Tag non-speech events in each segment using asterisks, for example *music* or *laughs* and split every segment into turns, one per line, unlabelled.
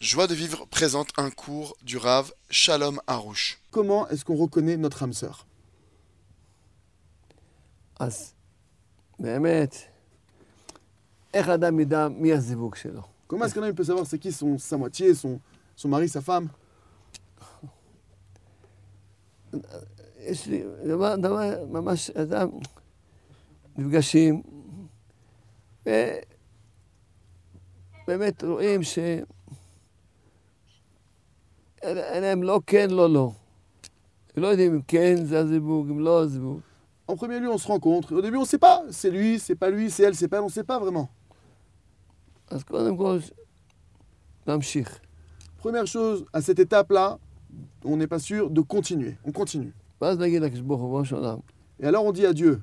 Joie de vivre présente un cours du Rav Shalom Harouche.
Comment est-ce qu'on reconnaît notre âme sœur
אז באמת, איך אדם ידע מי הזיווג שלו?
Comment est-ce qu'un homme peut savoir c'est qui son, sa moitié, son, son mari, sa femme
יש לי דבר, דבר ממש, אדם, נפגשים, ובאמת רואים ש... אלה אלה הם לא כן, לא לא. לא יודעים אם כן זה הזיווג, אם לא הזיווג.
En premier lieu, on se rencontre. Au début, on ne sait pas. C'est lui, c'est pas lui, c'est elle, c'est pas elle, on ne sait pas vraiment.
אז קודם כל, להמשיך.
Première chose, à cette étape-là, on n'est pas sûr de continuer. On continue.
ואז להגיד לקדוש ברוך הוא, ראש העולם,
Et alors, on dit à Dieu,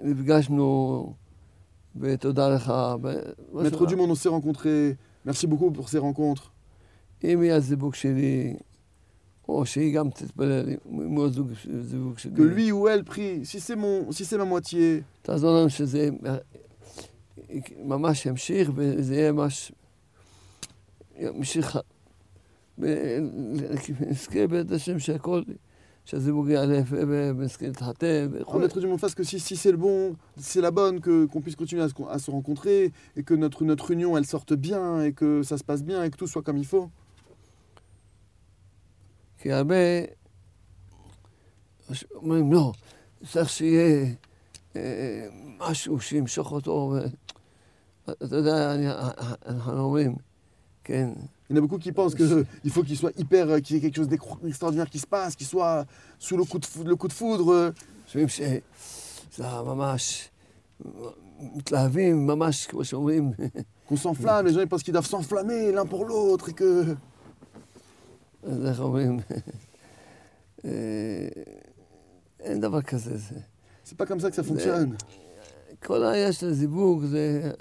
נפגשנו, ותודה לך, ו- ראש
Maître du
העולם.
monde, on s'est rencontrés. Merci beaucoup pour ces rencontres.
אם יהיה הזיווג שלי, או שהיא גם תתפלל, אם הוא הזוג- הזיווג
Que
שלי,
lui ou elle prie, si c'est mon, si c'est ma moitié,
תעזור לנו שזה ממש ימשיך, וזה יהיה ממש... ימשיך... ו- נזכה בית השם שהכל, שהזיווג יעלה, ו- ו- ונזכה להתחתן,
Qu'on
וכו'.
maître du monde fasse que si, si c'est le bon, si c'est la bonne, que qu'on puisse continuer à se, con- à se rencontrer et que notre, notre union elle sorte bien et que ça se passe bien et que tout soit comme il faut.
כי הרבה אומרים, לא, צריך שיהיה אה, משהו שימשוך אותו. ו- אתה יודע, אני, אה, אנחנו אומרים, כן,
Il y en a beaucoup qui pensent que il faut qu'il soit hyper, euh, qu'il y ait quelque chose d'extra- d'extraordinaire qui se passe, qu'il soit sous le coup de, fou- le coup de foudre. euh.
חושבים שזה ממש, מתלהבים ממש, כמו שאומרים, *laughs*
qu'on s'enflamme, les gens ils pensent qu'ils doivent s'enflammer l'un pour l'autre et que
אז איך אומרים, אה, אין דבר כזה. זה.
c'est pas comme ça que ça fonctionne.
כל העניין של הזיווג זה...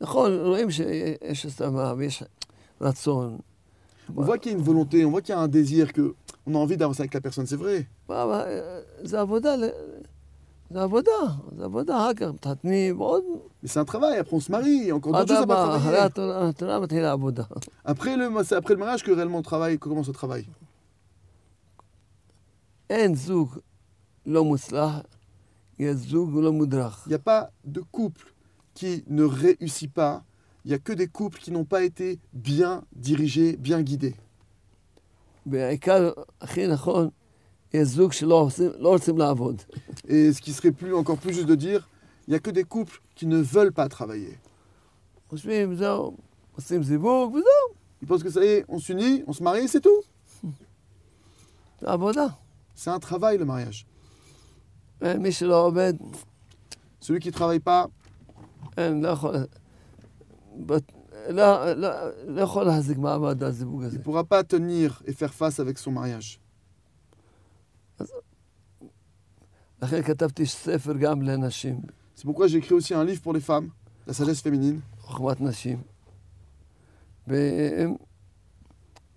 נכון, רואים שיש הסלמה ויש רצון.
On voit qu'il y a une volonté, on voit qu'il y a un désir, que on a envie d'avancer avec la personne, c'est vrai.
מה, מה, אה, זה עבודה, ל- זה עבודה, זה עבודה, אחר כך מתחתנים, עוד...
Mais c'est un travail, après on se marie, encore
עד
d'autres choses à pas
הבא, אחרי
travailler.
התורה התורה מתחילה עבודה.
Après le, c'est après le mariage que réellement le travail, que commence le travail.
אין זוג לא מוצלח, יש זוג לא מודרך.
Il n'y a pas de couple qui ne réussit pas. Il n'y a que des couples qui n'ont pas été bien dirigés, bien guidés.
והעיקר הכי נכון, יש זוג שלא עושים, לא רוצים לעבוד.
Et ce qui serait plus, encore plus juste de dire, il n'y a que des couples qui ne veulent pas travailler.
חושבים, זהו, עושים זיווג וזהו,
Ils pensent que ça y est, on s'unit, on se marie, c'est tout.
זה עבודה.
C'est un travail le mariage.
אין, מי שלא עובד,
Celui qui ne travaille pas,
אין, לא יכול... בת- לא, לא, לא יכול להחזיק מעמד הזיווג
il
הזה.
ne pourra pas tenir et faire face avec son mariage.
לכן כתבתי ספר גם לנשים,
C'est pourquoi j'ai écrit aussi un livre pour les femmes, La sagesse féminine.
חוכמת נשים. והם,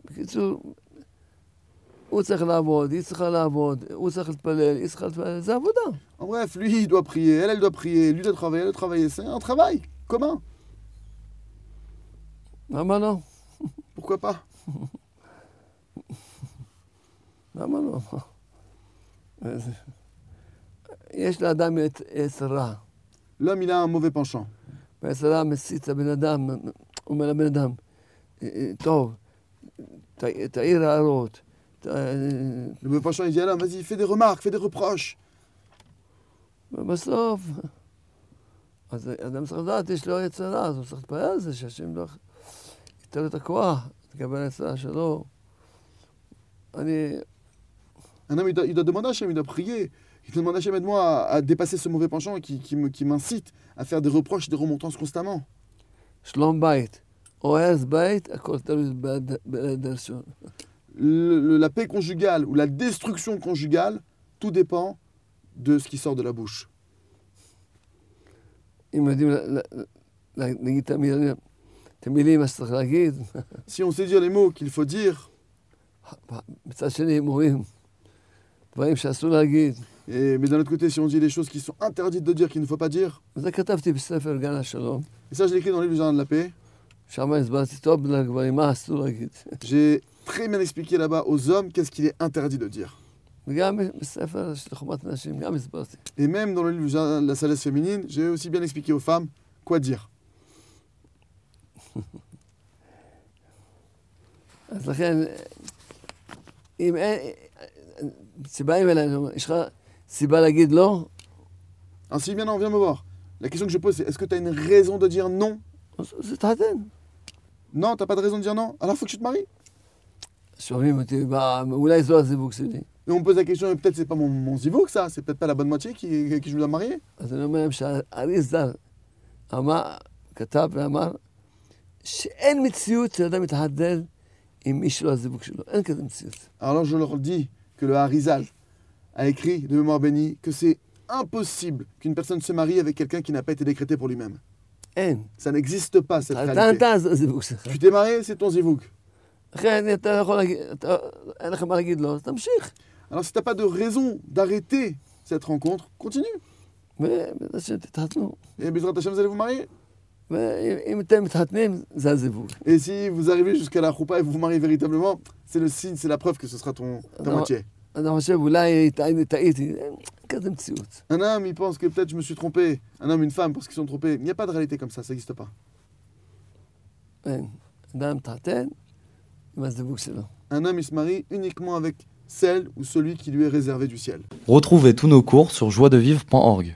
בקיצור, הוא צריך לעבוד, היא צריכה לעבוד, הוא צריך להתפלל, היא צריכה להתפלל, זה עבודה.
En bref, lui, il doit prier, elle, elle doit prier, lui doit travailler, elle doit travailler. C'est un travail commun.
למה לא?
Pourquoi pas
למה לא? אז- יש לאדם את יצר רע,
L'homme, il a un mauvais penchant.
והיצר רע מסית את הבן אדם, אומר לבן אדם, "אה, אה, טוב, ת- תעיר הערות, ת- אה,
Le mauvais penchant, il dit à l'homme, vas-y, fais des remarques, fais des reproches.
ובסוף, אז אדם צריך לדעת, יש לו עץ הרע, אז הוא צריך להתפלל על זה, שהשם לא ייתן לו את הכוח, לקבל את הרע שלו. אני,
Un homme, Ah il doit, il doit demander à Hachem, il doit prier. Il doit demander à Hachem, aide-moi à, à dépasser ce mauvais penchant qui, qui me- qui m'incite à faire des reproches, des remontances constamment.
שלום בית, או הרס בית, הכל תלוי בד- בלד הראשון.
Le- le- la paix conjugale ou la destruction conjugale, tout dépend de ce qui sort de la bouche.
אם יודעים ל- ל- ל- להגיד את המילים, את המילים, מה שצריך להגיד,
Si on sait dire les mots qu'il faut dire,
מצד שני הם אומרים דברים שאסור להגיד.
et, mais d'un autre côté, si on dit les choses qui sont interdites de dire, qu'il ne faut pas dire,
וזה כתבתי בספר גן השלום.
et ça, je l'écris dans les livre du Jardin de la paix,
שם הסברתי טוב בגלל כבר מה אסור להגיד.
J'ai très bien expliqué là-bas aux hommes qu'est-ce qu'il est interdit de dire.
וגם בספר של חומת נשים, גם הסברתי.
Et même dans le livre Jardin de La sagesse féminine, j'ai aussi bien expliqué aux femmes quoi dire.
אז לכן, אם אין, כשבאים אלינו, יש לך סיבה להגיד לא?
Ainsi, maintenant, Ah, viens me voir. La question que je pose, c'est est-ce que tu as une raison de dire non
אז זה תתחתן.
Non, t'as pas de raison de dire non Alors faut que tu te maries.
שומעים אותי, מה, אולי זו הזיווג שלי.
Et on me pose la question, et peut-être c'est pas mon, mon zivou que ça, c'est peut-être pas la bonne moitié qui, qui je dois marier.
אז אני אומר להם שהאריזל אמר, כתב ואמר, שאין מציאות שאדם מתחתן עם מי שלא לא הזיווג שלו. אין כזה מציאות.
Alors je leur dis que le Harizal a écrit de mémoire bénie que c'est impossible qu'une personne se marie avec quelqu'un qui n'a pas été décrété pour lui-même.
אין.
Ça n'existe pas cette
התחתנת,
réalité.
אז זה הזיווג שלך.
Tu t'es marié, c'est ton zivouk.
לכן אתה לא יכול להגיד, אתה- אין לך מה להגיד לא, אז תמשיך.
Alors si t'as pas de raison d'arrêter cette rencontre, continue.
ובעזרת השם תתחתנו.
Et Bezrat Hashem, vous allez vous marier.
ואם אתם מתחתנים, זה הזיווג.
Et si vous arrivez jusqu'à la choupa et vous vous mariez véritablement, c'est le signe, c'est la preuve que ce sera ton, ta
Non.
moitié.
אני חושב, אולי טעיתי, טעיתי, אין כזה מציאות.
Un homme, il pense que peut-être je me suis trompé. Un homme, une femme, parce qu'ils sont trompés. Il n'y a pas de réalité comme ça, ça n'existe pas.
אין. אדם מתחתן עם הזיווג שלו.
Un homme, il se marie uniquement avec celle ou celui qui lui est réservé du ciel.
Retrouvez tous nos cours sur joiedevivre.org.